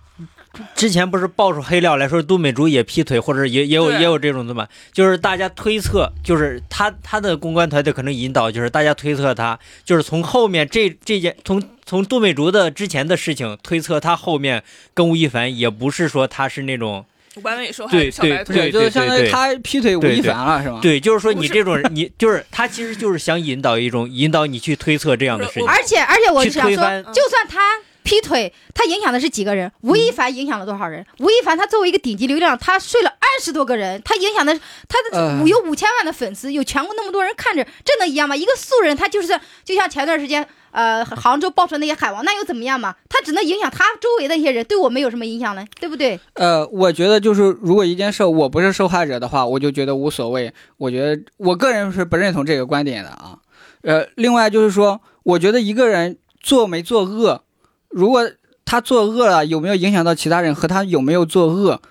Speaker 4: 之前不是爆出黑料来说杜美竹也劈腿，或者也也有
Speaker 2: 对
Speaker 4: 也有这种的嘛，就是大家推测，就是他他的公关团队可能引导，就是大家推测他，就是从后面这这件从从杜美竹的之前的事情推测他后面跟吴亦凡也不是说他是那种
Speaker 2: 完美受害
Speaker 4: 对
Speaker 2: 小
Speaker 4: 对
Speaker 2: 白兔，
Speaker 3: 不是，
Speaker 4: 对
Speaker 3: 就是
Speaker 4: 对
Speaker 3: 相当
Speaker 4: 对
Speaker 3: 于
Speaker 4: 对
Speaker 3: 他劈腿吴
Speaker 4: 对
Speaker 3: 亦
Speaker 4: 对
Speaker 3: 凡了，
Speaker 1: 啊
Speaker 3: 是吗？
Speaker 4: 对，就是说
Speaker 2: 不
Speaker 4: 你
Speaker 2: 是
Speaker 4: 这种人你就是他其实就是想引导一种引导你去推测这样的
Speaker 2: 不是
Speaker 4: 事情
Speaker 2: 我，
Speaker 1: 而且而且我
Speaker 4: 去
Speaker 1: 想
Speaker 4: 推
Speaker 1: 说，
Speaker 4: 翻
Speaker 1: 就算他劈腿，他影响的是几个人？吴
Speaker 3: 嗯
Speaker 1: 亦凡影响了多少人？吴亦凡他作为一个顶级流量，他睡了二十多个人，他影响的是他的
Speaker 3: 呃
Speaker 1: 五有五千万的粉丝，有全国那么多人看着，这能一样吗？一个素人，他就是就像前段时间。呃，杭州爆出那些海王，那又怎么样嘛？他只能影响他周围的一些人，对我们有什么影响呢？对不对？
Speaker 3: 呃，我觉得就是，如果一件事我不是受害者的话，我就觉得无所谓。我觉得我个人是不认同这个观点的啊。呃，另外就是说，我觉得一个人做没做恶，如果他做恶了，有没有影响到其他人和他有没有做恶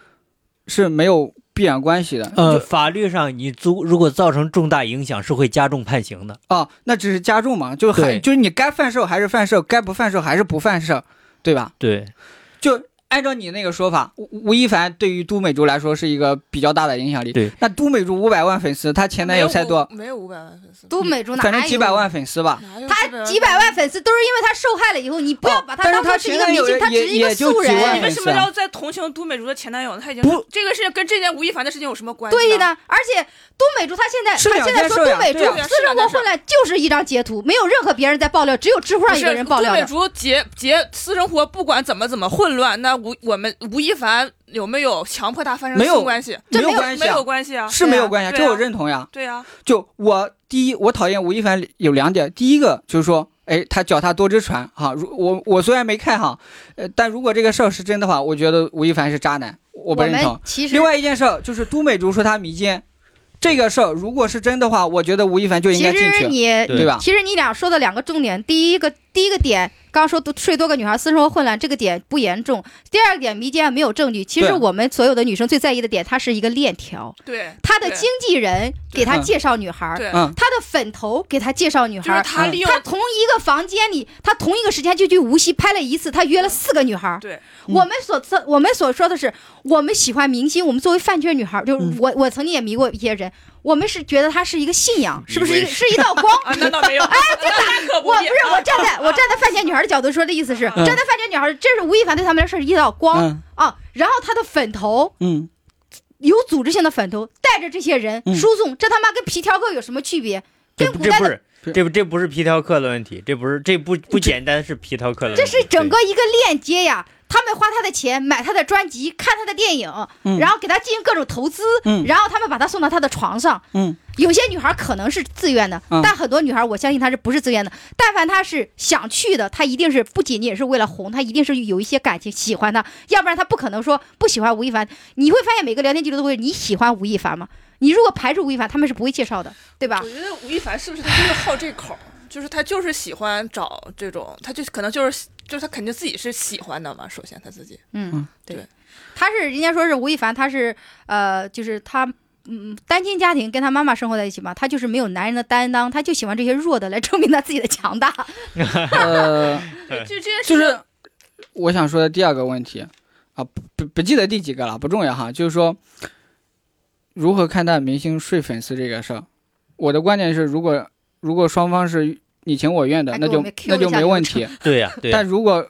Speaker 3: 是没有必然关系的。
Speaker 4: 呃，法律上你租如果造成重大影响是会加重判刑的。
Speaker 3: 啊，那只是加重嘛，就是还
Speaker 4: 对
Speaker 3: 就是你该犯事儿还是犯事儿，该不犯事儿还是不犯事儿，对吧？
Speaker 4: 对，
Speaker 3: 就按照你那个说法，吴吴亦凡对于都美竹来说是一个比较大的影响力。
Speaker 4: 对，
Speaker 3: 那都美竹五百万粉丝，她前男友才多，
Speaker 2: 没有五百万粉丝，
Speaker 1: 都美竹哪
Speaker 3: 嗯反正
Speaker 1: 有
Speaker 3: 几百万粉丝吧。
Speaker 2: 哪有
Speaker 1: 他几百万粉丝都是因为他受害了以后，你不要
Speaker 3: 哦
Speaker 1: 把他
Speaker 3: 但是
Speaker 1: 当
Speaker 3: 他
Speaker 1: 成是一
Speaker 3: 前
Speaker 1: 个
Speaker 3: 男
Speaker 1: 明
Speaker 3: 友
Speaker 1: 星，
Speaker 3: 也
Speaker 1: 他只是一
Speaker 3: 也
Speaker 1: 个
Speaker 3: 也就
Speaker 1: 素
Speaker 3: 几
Speaker 1: 人。
Speaker 3: 万
Speaker 2: 你为什么
Speaker 3: 粉丝啊
Speaker 2: 要在同情都美竹的前男友呢？他已经
Speaker 3: 不
Speaker 2: 这个事情跟这件吴亦凡的事情有什么关系？
Speaker 1: 对的，而且都美竹她现在，
Speaker 3: 是
Speaker 1: 她
Speaker 3: 啊两
Speaker 1: 现在
Speaker 3: 件
Speaker 1: 说
Speaker 3: 事
Speaker 1: 都
Speaker 3: 呀
Speaker 1: 美竹
Speaker 3: 对呀
Speaker 1: 私生活混乱就是一张截图，没有任何别人在爆料，只有知乎
Speaker 2: 不
Speaker 1: 上
Speaker 2: 是
Speaker 1: 有个人爆料
Speaker 2: 杜美
Speaker 1: 的。
Speaker 2: 竹结结私生活不管怎么怎么混乱，那吴我们吴亦凡有没有强迫他发生
Speaker 3: 没有
Speaker 2: 性关系？
Speaker 1: 这
Speaker 3: 有
Speaker 1: 没有
Speaker 3: 关系
Speaker 2: 没
Speaker 3: 啊
Speaker 2: 有，关系啊，
Speaker 3: 是没有关系啊，
Speaker 2: 对啊
Speaker 3: 这我认同呀。
Speaker 2: 对啊，
Speaker 3: 就我第一，我讨厌吴亦凡有两点，第一个就是说，哎，他脚踏多只船哈。如我我虽然没看哈，呃，但如果这个事儿是真的话，我觉得吴亦凡是渣男，我
Speaker 1: 我
Speaker 3: 不认同
Speaker 1: 们。其实
Speaker 3: 另外一件事儿就是都美竹说她迷奸，这个事儿如果是真的话，我觉得吴亦凡就应
Speaker 1: 其
Speaker 3: 该进
Speaker 1: 实
Speaker 3: 去，
Speaker 1: 你
Speaker 4: 对
Speaker 3: 对吧？
Speaker 1: 其实你俩说的两个重点，第一个第一个点，刚说多睡多个女孩私生活混乱这个点不严重，第二个点迷奸没有证据。其实
Speaker 3: 对
Speaker 1: 我们所有的女生最在意的点，它是一个链条，
Speaker 2: 对，
Speaker 1: 她的
Speaker 2: 对
Speaker 1: 经纪人给她
Speaker 3: 嗯
Speaker 1: 介绍女孩儿，
Speaker 2: 对，
Speaker 3: 嗯，
Speaker 1: 她的粉头给她介绍女
Speaker 2: 就
Speaker 1: 孩
Speaker 2: 是嗯
Speaker 1: 儿。
Speaker 2: 他利 [laughs] 用
Speaker 1: 她同一个房间里，她同一个时间就去无锡拍了一次，她约了四个女孩儿。
Speaker 2: 对
Speaker 3: 嗯
Speaker 1: 我们所测，我们所说的是，我们喜欢明星，我们作为饭圈女孩儿，就是
Speaker 3: 嗯
Speaker 1: 我，我曾经也迷过一些人，我们是觉得他是一个信仰，
Speaker 3: 嗯
Speaker 1: 是不是一个
Speaker 4: 迷为
Speaker 1: 是一道光？
Speaker 2: 啊，那倒没有，哎，那可
Speaker 1: 我不
Speaker 2: 必啊
Speaker 1: 是，我站在我站在饭圈女孩儿的角度说的意思是，
Speaker 3: 嗯
Speaker 1: 站在饭圈女孩儿，这是吴亦凡对他们来说是一道光
Speaker 3: 嗯，
Speaker 1: 啊，然后他的粉头
Speaker 3: 嗯，
Speaker 1: 有组织性的粉头带着这些人
Speaker 3: 嗯
Speaker 1: 输送，这他妈跟皮条客有什么区别？
Speaker 4: 这
Speaker 1: 跟
Speaker 4: 不
Speaker 1: 古
Speaker 4: 这
Speaker 1: 代
Speaker 4: 不
Speaker 1: 的
Speaker 4: 是这不这不是皮条客的问题，这不是这不不简单是皮条客
Speaker 3: 嗯
Speaker 4: 的问题，
Speaker 1: 这是整
Speaker 4: 对
Speaker 1: 个一个链接呀。他们花他的钱买他的专辑，看他的电影，
Speaker 3: 嗯
Speaker 1: 然后给他进行各种投资，
Speaker 3: 嗯
Speaker 1: 然后他们把他送到他的床上。
Speaker 3: 嗯，
Speaker 1: 有些女孩可能是自愿的，
Speaker 3: 嗯
Speaker 1: 但很多女孩我相信她是不是自愿的。但凡她是想去的，她一定是不仅仅是为了红，她一定是有一些感情喜欢他，要不然她不可能说不喜欢吴亦凡。你会发现每个聊天记录都会，你喜欢吴亦凡吗？你如果排除吴亦凡，他们是不会介绍的，对吧
Speaker 2: 我？觉得吴亦凡是不是他就是好这口儿，就是他就是喜欢找这种，他就可能就是就是他肯定自己是喜欢的嘛。首先他自己，
Speaker 1: 嗯
Speaker 3: 嗯，
Speaker 2: 对，
Speaker 1: 他是人家说是吴亦凡，他是呃，就是他。嗯，单亲家庭跟他妈妈生活在一起嘛，他就是没有男人的担当，他就喜欢这些弱的来证明他自己的强
Speaker 3: [laughs] 啊
Speaker 1: 大。
Speaker 3: 呃，
Speaker 2: 就这件事
Speaker 3: 就是我想说的第二个问题啊，不不不记得第几个了，不重要哈。就是说，如何看待明星睡粉丝这个事儿？我的观点是，如果如果双方是你情我愿的
Speaker 1: 哎，
Speaker 3: 那
Speaker 1: 给我
Speaker 3: 就
Speaker 1: 们 cue
Speaker 3: 那就
Speaker 1: 一下
Speaker 3: 没
Speaker 1: 流
Speaker 3: 问
Speaker 1: 程
Speaker 3: 题。
Speaker 4: 对呀对呀
Speaker 3: 但如果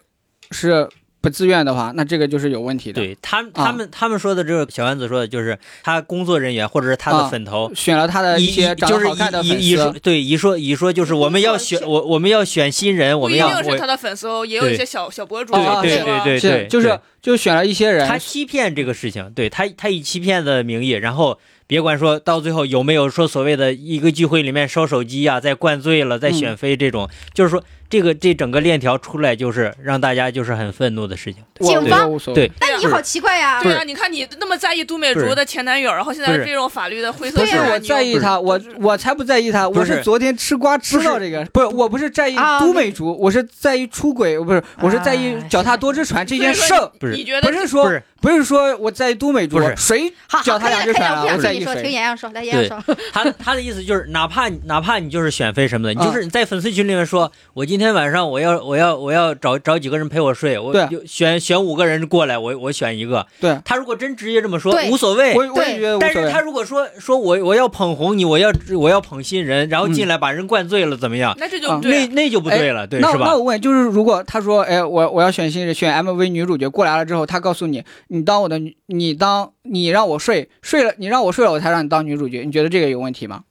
Speaker 3: 是不自愿的话，那这个就是有问题的。
Speaker 4: 对他们他们他们说的这个小丸子说的就是他工作人员或者是他的
Speaker 3: 啊
Speaker 4: 粉头。
Speaker 3: 选了他的
Speaker 4: 呃一
Speaker 3: 一些长
Speaker 4: 就是
Speaker 3: 得好看的
Speaker 4: 一
Speaker 3: 粉
Speaker 4: 一一说
Speaker 3: 丝，
Speaker 4: 对一说一说就是我们要选我我们要选新人，我
Speaker 2: 不
Speaker 4: 们
Speaker 2: 一
Speaker 4: 要
Speaker 2: 定
Speaker 4: 我
Speaker 2: 是他的粉丝哦，也有
Speaker 4: 对
Speaker 2: 一些小小博主
Speaker 3: 对
Speaker 2: 啊
Speaker 3: 对
Speaker 2: 是吧
Speaker 4: 对
Speaker 3: 是就是就选了一些人
Speaker 4: 他，欺骗这个事情，对他他以欺骗的名义，然后别管说到最后有没有说所谓的一个聚会里面烧手机呀、再灌醉了、
Speaker 3: 嗯
Speaker 4: 再选妃这种，就是说这个这整个链条出来就是让大家就是很愤怒的事情。
Speaker 3: 我
Speaker 1: 警
Speaker 3: 觉
Speaker 1: 方
Speaker 3: 得无所
Speaker 4: 对
Speaker 3: 谓。
Speaker 1: 那你好奇怪呀、
Speaker 2: 对
Speaker 4: 不
Speaker 2: 啊，你看你那么在意杜美
Speaker 4: 不是
Speaker 2: 竹的前男友，然后现
Speaker 4: 不
Speaker 2: 在
Speaker 4: 是
Speaker 2: 这种法律的灰色
Speaker 1: 不
Speaker 3: 不
Speaker 1: 对
Speaker 2: 地
Speaker 3: 是
Speaker 1: 啊
Speaker 2: 带
Speaker 3: 我
Speaker 2: 你
Speaker 3: 在意他，我我才不在意他，
Speaker 4: 不
Speaker 3: 我
Speaker 4: 是
Speaker 3: 是昨天吃瓜吃到这个，不是，我不是在意
Speaker 1: 啊
Speaker 3: 都美竹，我是在意出轨，不是，我是在意
Speaker 1: 哎
Speaker 3: 脚踏多只船这件
Speaker 2: 所以
Speaker 3: 事
Speaker 2: 说
Speaker 3: 儿，
Speaker 4: 不是
Speaker 2: 你觉
Speaker 3: 不
Speaker 2: 得
Speaker 3: 是
Speaker 4: 不
Speaker 3: 说
Speaker 4: 是
Speaker 3: 不是说我在意都美竹
Speaker 4: 不，是
Speaker 3: 谁
Speaker 1: 好好，
Speaker 3: 脚踏
Speaker 1: 看
Speaker 3: 两
Speaker 1: 见
Speaker 3: 只船
Speaker 1: 看
Speaker 3: 啊
Speaker 1: 见，我不想
Speaker 3: 我在
Speaker 1: 听
Speaker 3: 意
Speaker 1: 你说，
Speaker 3: 谁
Speaker 1: 听洋洋说，来洋洋说，
Speaker 4: 他他的意思就是，哪怕哪怕你就是选妃什么的，你
Speaker 3: 啊
Speaker 4: 就是你在粉丝群里面说，我今天晚上我要我要我要找找几个人陪我睡，我
Speaker 3: 对
Speaker 4: 就选选五个人过来，我我选一个。
Speaker 3: 对
Speaker 4: 他如果真直接这么说，
Speaker 1: 对
Speaker 4: 无所谓，
Speaker 3: 我我
Speaker 1: 对
Speaker 3: 也觉得无
Speaker 4: 但
Speaker 3: 所
Speaker 4: 是
Speaker 3: 谓
Speaker 4: 他。如果说说我我要捧红你，我要我要捧新人，然后进来把人灌醉了，怎么样？
Speaker 2: 那这就
Speaker 3: 啊
Speaker 2: 不
Speaker 4: 那
Speaker 2: 对，
Speaker 4: 那就不对了，对
Speaker 3: 那
Speaker 4: 是
Speaker 3: 那
Speaker 4: 吧？
Speaker 3: 我问，就是如果他说，哎，我我要选新人，选 MV 女主角过来了之后，他告诉你，你当我的女，你当你让我睡睡了，你让我睡了，我才让你当女主角，你觉得这个有问题吗？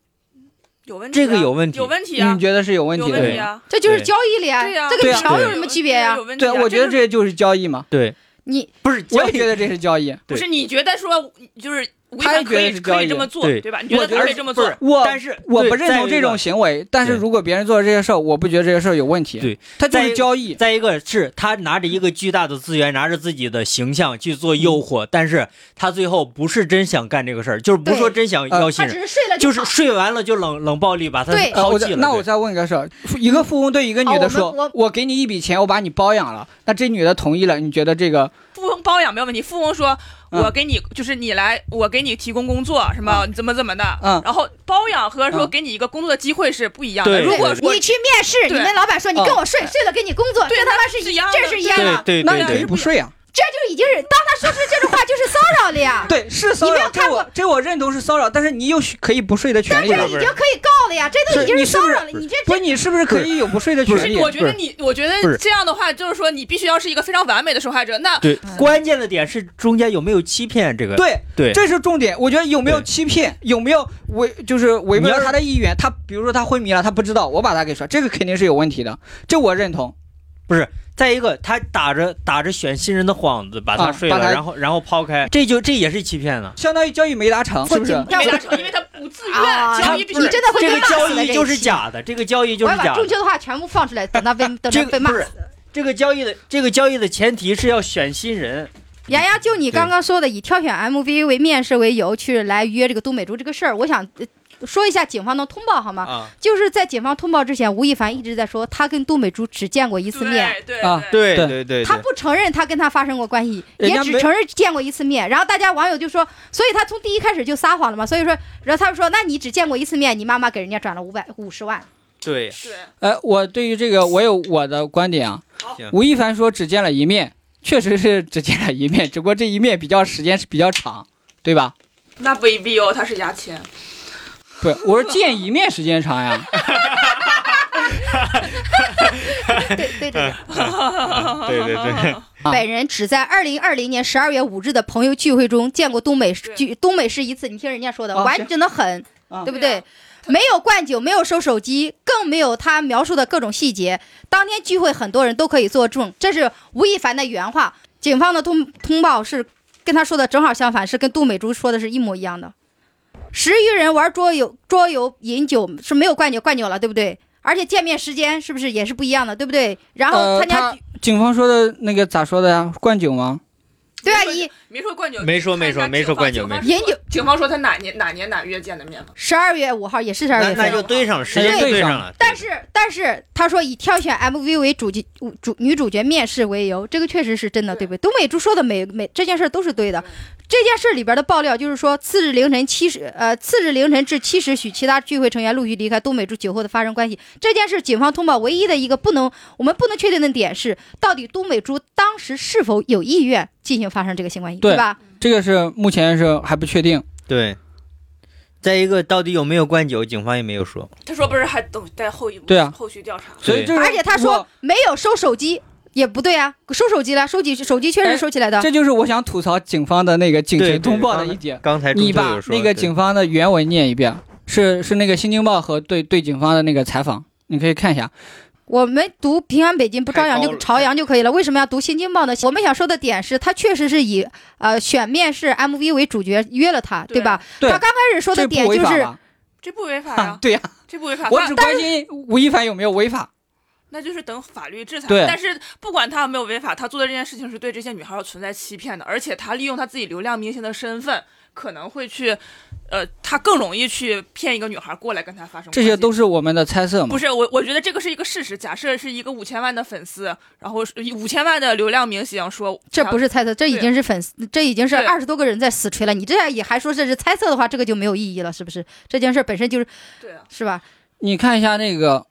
Speaker 2: 有问题啊，
Speaker 4: 这个有问题
Speaker 2: 有，问题啊
Speaker 3: 你，觉得是有问
Speaker 2: 有
Speaker 3: 题的？
Speaker 2: 问
Speaker 4: 对
Speaker 2: 题啊，
Speaker 1: 这就是
Speaker 4: 对
Speaker 1: 交易了呀，
Speaker 2: 对呀，
Speaker 1: 这
Speaker 3: 对
Speaker 1: 跟
Speaker 3: 啊
Speaker 1: 嫖有什么区别呀、
Speaker 2: 有问题
Speaker 3: 对，
Speaker 2: 啊
Speaker 3: 我觉得
Speaker 2: 这个
Speaker 3: 这就是交易嘛。
Speaker 4: 对，
Speaker 1: 你
Speaker 4: 不是
Speaker 3: 我
Speaker 4: 交
Speaker 3: 也
Speaker 4: 易
Speaker 3: 觉得这是交易。
Speaker 2: 不是你觉得说就是吴亦
Speaker 3: 他也
Speaker 2: 凡
Speaker 3: 觉得
Speaker 2: 可以
Speaker 3: 是
Speaker 2: 可
Speaker 3: 交
Speaker 2: 以
Speaker 3: 易
Speaker 2: 这么做
Speaker 4: 对
Speaker 2: 对吧？你觉
Speaker 3: 我
Speaker 2: 得
Speaker 3: 觉
Speaker 2: 他
Speaker 3: 得
Speaker 2: 可以这么做
Speaker 4: 不是？
Speaker 3: 我
Speaker 4: 但是
Speaker 3: 我
Speaker 4: 对
Speaker 3: 不认
Speaker 4: 再
Speaker 3: 同
Speaker 4: 一
Speaker 3: 这
Speaker 4: 个
Speaker 3: 种行为，但是
Speaker 4: 对
Speaker 3: 如果别人做这些事儿，我不觉得这些事儿有问题。
Speaker 4: 对，
Speaker 3: 他就
Speaker 4: 在
Speaker 3: 是交易。
Speaker 4: 再一个是他拿着一个巨大的资源，拿着自己的形象去做诱惑，
Speaker 3: 嗯
Speaker 4: 但是他最后不是真想干这个事儿，就是不是说真想
Speaker 3: 呃
Speaker 1: 他
Speaker 4: 要新
Speaker 1: 只
Speaker 4: 人，
Speaker 1: 是睡了
Speaker 4: 就
Speaker 1: 跑
Speaker 4: 是睡完了就冷冷暴力把他
Speaker 1: 对
Speaker 3: 呃，
Speaker 4: 抛
Speaker 3: 我
Speaker 4: 弃
Speaker 3: 再
Speaker 4: 了。
Speaker 3: 那我
Speaker 4: 对
Speaker 3: 再问个事儿，一个富翁对一个女
Speaker 1: 哦我
Speaker 3: 的
Speaker 1: 们
Speaker 3: 说：“
Speaker 1: 我
Speaker 3: 给你一笔钱，我把你包养了。”那这女的同意了，你觉得这个
Speaker 2: 富翁包养没有问题。富翁说：“
Speaker 3: 嗯
Speaker 2: 我给你，就是你来，我给你提供工作，什么你怎么怎么的。”
Speaker 3: 嗯
Speaker 2: 然后包养和说
Speaker 3: 嗯
Speaker 2: 给你一个工作的机会是不一样的。
Speaker 4: 对
Speaker 2: 如果
Speaker 4: 对
Speaker 2: 我
Speaker 1: 你去面试，你
Speaker 2: 对
Speaker 1: 们老板说你
Speaker 3: 哦
Speaker 1: 跟我睡，睡了给你工作，
Speaker 2: 对
Speaker 1: 这他
Speaker 2: 他
Speaker 1: 妈是
Speaker 2: 是
Speaker 1: 一
Speaker 2: 一样的
Speaker 1: 这是一样的，
Speaker 4: 对
Speaker 3: 那你
Speaker 4: 对
Speaker 3: 可以
Speaker 4: 对
Speaker 3: 不睡啊？。
Speaker 1: 这就已经是当他说出这种话就是骚扰了呀
Speaker 3: 对，是骚
Speaker 1: 你没有
Speaker 3: 扰，
Speaker 1: 看
Speaker 3: 这
Speaker 1: 过
Speaker 3: 我这我认同是骚扰，但是你有可以不睡的权
Speaker 1: 但
Speaker 3: 利
Speaker 1: 这
Speaker 3: 的
Speaker 1: 个。已经可以告了呀，这都已经
Speaker 3: 你是
Speaker 1: 骚
Speaker 3: 不是
Speaker 1: 扰了，你这
Speaker 3: 不
Speaker 1: 这
Speaker 3: 是你是不是可以有不睡的
Speaker 2: 不
Speaker 3: 权
Speaker 2: 是，
Speaker 3: 利？
Speaker 2: 我觉
Speaker 4: 不
Speaker 2: 得
Speaker 4: 是
Speaker 2: 你，我觉
Speaker 4: 不
Speaker 2: 得
Speaker 4: 是
Speaker 2: 这样的话，就是说你必须要是一个非常完美的受害者。那
Speaker 4: 对，关键的点是中间有没有欺骗这个？
Speaker 3: 对，
Speaker 4: 对，
Speaker 3: 这是重点。我觉得有没有
Speaker 4: 对
Speaker 3: 欺骗，有没有违，就是违背
Speaker 4: 你要
Speaker 3: 了
Speaker 4: 是
Speaker 3: 他的意愿。他比如说他昏迷了，他不知道，我把他给摔，这个肯定是有问题的，这我认同。
Speaker 4: 再一个，他打着打着选新人的幌子把他
Speaker 3: 啊
Speaker 4: 睡了，
Speaker 3: 把他
Speaker 4: 然后然后抛开，这就这也是欺骗呢。
Speaker 3: 相当于交易没达成，
Speaker 1: 或
Speaker 3: 是不是
Speaker 1: 紧？
Speaker 2: 没
Speaker 1: 张
Speaker 2: 达成，因为他不自
Speaker 1: 啊
Speaker 2: 愿，交易必
Speaker 1: [laughs] 你
Speaker 2: 须
Speaker 1: 真的会
Speaker 4: 这
Speaker 1: 被
Speaker 4: 个
Speaker 1: 骂
Speaker 4: 交
Speaker 1: 死的。
Speaker 4: 易就是，假的，这个交易就
Speaker 1: 我
Speaker 4: 是
Speaker 1: 要把
Speaker 4: 假
Speaker 1: 中
Speaker 4: 的。
Speaker 1: 秋的话全部放出来，等他被等
Speaker 4: 这
Speaker 1: 他
Speaker 4: 个
Speaker 1: 被骂
Speaker 4: 不是
Speaker 1: 死。
Speaker 4: 这个交易的这个交易的前提是要选新人，
Speaker 1: 洋洋，就你刚刚说的，以挑选 MV 为面试为由去来约这个杜美竹这个事儿，我想呃说一下警方的通报好吗？
Speaker 4: 啊，
Speaker 1: 就是在警方通报之前，吴亦凡一直在说他跟杜美竹只见过一次面。
Speaker 2: 对对
Speaker 3: 啊
Speaker 2: 对
Speaker 4: 对
Speaker 3: 对
Speaker 4: 对对
Speaker 1: 他不承认他跟他发生过关系，
Speaker 3: 人
Speaker 1: 也
Speaker 3: 家
Speaker 1: 只
Speaker 3: 没
Speaker 1: 承认见过一次面。然后大家网友就说，所以他从第一开始就撒谎了嘛。所以说，然后他们说，那你只见过一次面，你妈妈给人家转了五百五十万， [laughs]
Speaker 4: 对，
Speaker 3: 哎，我对于这个我有我的观点啊
Speaker 4: 好行。
Speaker 3: 吴亦凡说只见了一面，确实是只见了一面，只不过这一面比较时间是比较长，对吧？
Speaker 2: 那未必哦，他是牙签。
Speaker 3: 不是，我说见一面时间长呀。
Speaker 1: 对对对， [laughs]
Speaker 4: 对对对，
Speaker 3: 啊
Speaker 1: 本人只在二零二零年十二月五日的朋友聚会中见过东北
Speaker 2: 对
Speaker 1: 聚东北市一次，你听人家说的，
Speaker 3: 哦
Speaker 1: 完整的很，
Speaker 3: 啊
Speaker 1: 对不
Speaker 2: 对
Speaker 1: 对
Speaker 2: 啊？
Speaker 1: 没有灌酒，没有收手机，更没有他描述的各种细节。当天聚会，很多人都可以作证，这是吴亦凡的原话。警方的通通报是跟他说的正好相反，是跟杜美珠说的是一模一样的。十余人玩桌游，桌游饮酒是没有灌酒，灌酒了，对不对？而且见面时间是不是也是不一样的，对不对？ [laughs] 然后
Speaker 3: 呃，
Speaker 1: 参加、
Speaker 3: 他警方说的那个咋说的呀？灌酒吗？
Speaker 1: 对啊，
Speaker 2: 没说
Speaker 1: 一
Speaker 2: 没说灌酒，
Speaker 4: 没说没说
Speaker 2: 看看
Speaker 4: 没
Speaker 2: 警
Speaker 4: 说
Speaker 2: 方
Speaker 4: 灌酒
Speaker 2: 警方
Speaker 1: 没说
Speaker 2: 说警方说他哪年哪年哪月见的面吗？
Speaker 1: 十二月五号也是十二
Speaker 4: 那
Speaker 1: 月
Speaker 4: 那
Speaker 1: 份。
Speaker 4: 就对上了，时间
Speaker 3: 对
Speaker 4: 对上了。
Speaker 1: 但是，但是他说以挑选 MV 为主角主女主角面试为由，这个确实是真的，对
Speaker 2: 对
Speaker 1: 不对？东北猪说的每每这件事儿都是对的。这件事里边的爆料就是说，次日凌晨七时，呃，次日凌晨至七时许，其他聚会成员陆续离开东北猪酒后的发生关系。这件事警方通报唯一的一个不能我们不能确定的点是，到底东北猪当时是否有意愿进行发生这个性关系，
Speaker 3: 对
Speaker 1: 对吧？
Speaker 3: 这个是目前是还不确定。
Speaker 4: 对，再一个，到底有没有灌酒，警方也没有说。
Speaker 2: 他说不是还等待后一步
Speaker 3: 对啊
Speaker 2: 后续调查。
Speaker 3: 所以
Speaker 4: 对
Speaker 3: 这是
Speaker 1: 而且他说没有收手机，也不对啊，收手机了，收起手机确实
Speaker 3: 哎
Speaker 1: 是收起来的
Speaker 3: 我，这就是我想吐槽警方的那个警
Speaker 4: 对
Speaker 3: 情
Speaker 4: 对
Speaker 3: 通报的一点。
Speaker 4: 刚才哎
Speaker 3: 你
Speaker 4: 中特
Speaker 3: 把
Speaker 4: 有说
Speaker 3: 那个
Speaker 4: 对
Speaker 3: 警方的原文念一遍，是是那个《新京报》和对对警方的那个采访，你可以看一下。
Speaker 1: 我们读平安北京不朝阳
Speaker 4: 太高
Speaker 1: 就
Speaker 4: 了
Speaker 1: 朝阳就可以了，为什么要读新京报呢？我们想说的点是，他确实是以呃选面试 MV 为主角约了他，
Speaker 2: 对
Speaker 1: 对吧？
Speaker 3: 对
Speaker 1: 他刚开始说的
Speaker 3: 这
Speaker 1: 点
Speaker 3: 不违
Speaker 1: 就
Speaker 3: 法
Speaker 1: 是，
Speaker 3: 吧？
Speaker 2: 这不违法
Speaker 3: 啊
Speaker 2: 哎呀，
Speaker 3: 对呀，
Speaker 2: 这不违法。
Speaker 3: 我
Speaker 2: 那
Speaker 3: 只关心吴亦凡有没有违法。
Speaker 2: 那就是等法律制裁。
Speaker 3: 对
Speaker 2: 但是不管他有没有违法，他做的这件事情是对这些女孩儿存在欺骗的，而且他利用他自己流量明星的身份，可能会去，呃，他更容易去骗一个女孩儿过来跟他发生关系。
Speaker 3: 这些都是我们的猜测嘛
Speaker 2: 不。是我，我觉得这个是一个事实。假设是一个五千万的粉丝，然后呃五千万的流量明星说，
Speaker 1: 这不
Speaker 2: 是
Speaker 1: 是猜测，这已经是粉丝，这已经是
Speaker 2: 对
Speaker 1: 二十多个人在死吹了。你这也还说这是猜测的话，这个就没有意义了，是不是？这件事本身就是
Speaker 2: 对啊，
Speaker 1: 是吧？
Speaker 3: 你看一下那个，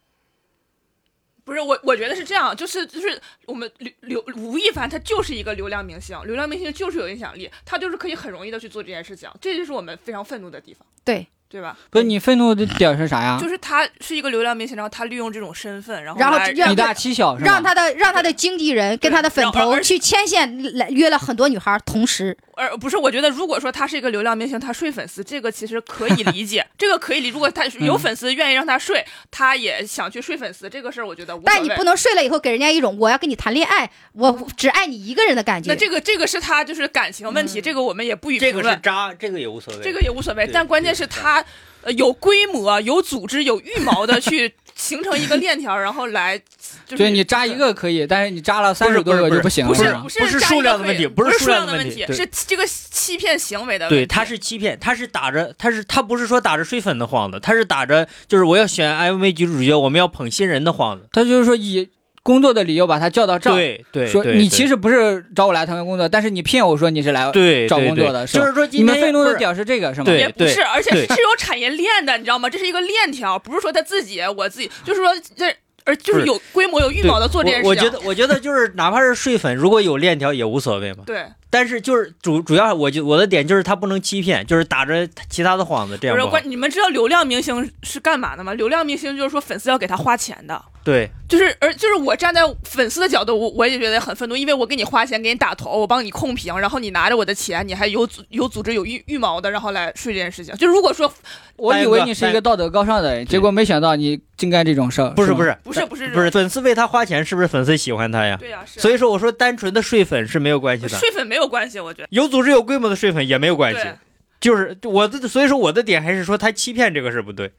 Speaker 2: 不是我，我觉得是这样，就是就是我们流流吴亦凡他就是一个流量明星，流量明星就是有影响力，他就是可以很容易的去做这件事情，这就是我们非常愤怒的地方，
Speaker 1: 对，
Speaker 2: 对吧？
Speaker 3: 不是你愤怒的点是啥
Speaker 4: 啊
Speaker 3: 呀
Speaker 2: 就？是他是一个流量明星，然后他利用这种身份，然后
Speaker 1: 然后
Speaker 2: 来
Speaker 1: 让
Speaker 3: 以大欺小是吧？
Speaker 1: 让他的让他的经纪人跟他的粉
Speaker 2: 然后
Speaker 1: 头
Speaker 2: 而
Speaker 1: 去牵线来约了很多女孩，同时
Speaker 2: 而不是我觉得，如果说他是一个流量明星，他睡粉丝，这个其实可以理解，这个可以理。如果他
Speaker 4: 嗯
Speaker 2: 有粉丝愿意让他睡，他也想去睡粉丝，这个事儿我觉得无所
Speaker 1: 但你
Speaker 2: 谓
Speaker 1: 不。能睡了以后给人家一种我要跟你谈恋爱，我只爱你一个人的感觉。
Speaker 2: 那这个这个是他就是感情问
Speaker 1: 嗯
Speaker 2: 题，这个我们也不予
Speaker 4: 这
Speaker 2: 评
Speaker 4: 个是
Speaker 2: 论，
Speaker 4: 渣，这个也无所谓。
Speaker 2: 这个也无所谓。
Speaker 4: 对
Speaker 2: 但关键是
Speaker 4: 这个是
Speaker 2: 他呃有规模、有组织、有预谋的去形成一个链条，然后来就
Speaker 3: 就是是你扎一。个可以，但是你扎了三
Speaker 4: 不
Speaker 3: 十
Speaker 4: 是
Speaker 3: 多个
Speaker 4: 不是
Speaker 3: 就行了，
Speaker 2: 不是
Speaker 3: 吗
Speaker 2: 不
Speaker 4: 不是
Speaker 2: 是扎
Speaker 4: 数
Speaker 2: 一个
Speaker 4: 量的
Speaker 2: 可以
Speaker 4: 问题不
Speaker 2: 不
Speaker 4: 是
Speaker 2: 是
Speaker 4: 数
Speaker 2: 数
Speaker 4: 量
Speaker 2: 的
Speaker 4: 的问题对
Speaker 2: 是这个欺骗行为的问
Speaker 4: 对，
Speaker 2: 题
Speaker 4: 他是欺骗，他是打着，他是他不是说打着睡粉的幌子，他是打着就是我要选 MV 女主角，我们要捧新人的幌子。
Speaker 3: 他就是说以工作的理由把他叫到这儿，
Speaker 4: 对对，
Speaker 3: 说
Speaker 4: 对
Speaker 3: 你
Speaker 4: 对
Speaker 3: 其实不是找我来谈个工作，但是你骗我说你是来
Speaker 4: 对
Speaker 3: 找
Speaker 4: 对
Speaker 3: 工
Speaker 4: 对
Speaker 3: 作的是吧
Speaker 4: 就是说
Speaker 3: 你
Speaker 4: 今
Speaker 3: 们
Speaker 4: 天
Speaker 3: 愤怒
Speaker 4: 不
Speaker 3: 的
Speaker 4: 是
Speaker 3: 点是这个是吗？
Speaker 4: 对
Speaker 2: 也不是，而且
Speaker 4: 对
Speaker 2: 是有产业链的，你知道吗？这是一个链条，不是说他自己，我自己，就是说这，而就是有规模、有预谋的做这件事情。
Speaker 4: 我我觉得，我觉得就是哪怕是睡粉，如果有链条也无所谓嘛。
Speaker 2: 对，
Speaker 4: 但是就是主主要，我就我的点就是他不能欺骗，就是打着其他的幌子这
Speaker 2: 不
Speaker 4: 样
Speaker 2: 是
Speaker 4: 不好
Speaker 2: 关。。你们知道流量明星是干嘛的吗？流量明星就是说粉丝要给他花钱的，
Speaker 4: 对
Speaker 2: 就是而就是我站在粉丝的角度，我我也觉得很愤怒，因为我给你花钱，给你打头，我帮你控评，然后你拿着我的钱，你还有组有组织、有预预谋的，然后来睡这件事情。就如果说
Speaker 3: 我以为你是一个道德高尚的人，结果没想到你竟干这种事儿。
Speaker 4: 不是
Speaker 3: 吗
Speaker 4: 不，是
Speaker 2: 不是不是
Speaker 4: 不是，粉丝为他花钱，是不是粉丝喜欢他呀？
Speaker 2: 对呀、是啊
Speaker 4: 所以说我说单纯的睡粉是没有关系的，
Speaker 2: 睡粉没有关系，我觉得
Speaker 4: 有组织有规模的睡粉也没有关系
Speaker 2: 对。
Speaker 4: 就是我的，所以说我的点还是说他欺骗这个事儿不对，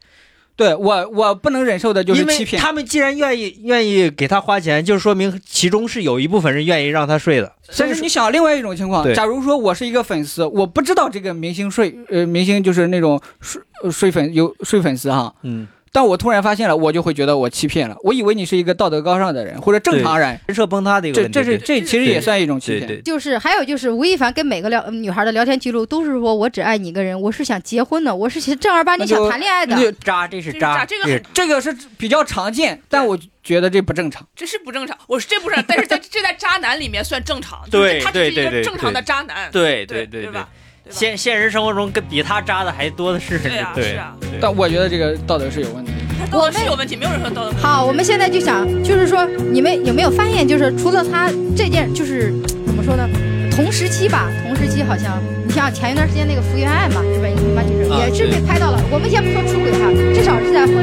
Speaker 3: 对我我不能忍受的就是欺
Speaker 4: 因为
Speaker 3: 骗。
Speaker 4: 他们既然愿意愿意给他花钱，就说明其中是有一部分人愿意让他睡的。
Speaker 3: 但是你想另外一种情况，
Speaker 4: 对
Speaker 3: 假如说我是一个粉丝，我不知道这个明星睡呃明星就是那种睡呃睡粉有睡粉丝哈，
Speaker 4: 嗯，
Speaker 3: 但我突然发现了，我就会觉得我欺骗了。我以为你是一个道德高尚的人或者正常人，
Speaker 4: 人设崩塌的一个
Speaker 3: 这
Speaker 4: 问题。
Speaker 3: 这是这
Speaker 4: 对
Speaker 3: 其实也
Speaker 4: 对
Speaker 3: 算一种欺
Speaker 4: 对
Speaker 3: 骗。
Speaker 4: 对
Speaker 1: 就是还有就是吴亦凡跟每个聊嗯女孩的聊天记录都是说我只爱你一个人，我是想结婚的，我是正儿八经想谈恋爱的
Speaker 3: 那。就
Speaker 4: 渣，这是
Speaker 2: 这是
Speaker 4: 渣，
Speaker 2: 渣这个很
Speaker 3: 这个是比较常见，但我觉得这不正常。
Speaker 2: 这是不正常，我是这不正常，但是在这在渣男里面算正常，
Speaker 4: 对
Speaker 2: 就是他只是
Speaker 4: 对
Speaker 2: 一
Speaker 4: 对
Speaker 2: 个
Speaker 4: 对
Speaker 2: 正常的渣男，
Speaker 4: 对
Speaker 2: 对
Speaker 4: 对
Speaker 2: 吧？
Speaker 4: 对，
Speaker 2: 对吧
Speaker 4: 现现实生活中跟比他渣的还多的是。
Speaker 2: 对啊是啊
Speaker 4: 对
Speaker 3: 但我觉得这个道德是有问题的。
Speaker 2: 他道德是有问题，没有人说道德。
Speaker 1: 好，我们现在就想，就是说，你们有没有发现，就是除了他这件，就是怎么说呢？同时期吧，同时期好像，你像前一段时间那个福原爱嘛，日本一般就是
Speaker 4: 啊
Speaker 1: 也是
Speaker 4: 对
Speaker 1: 被拍到了。我们先不说出轨哈，至少是在婚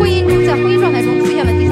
Speaker 1: 婚姻中，在婚姻状态中出现了第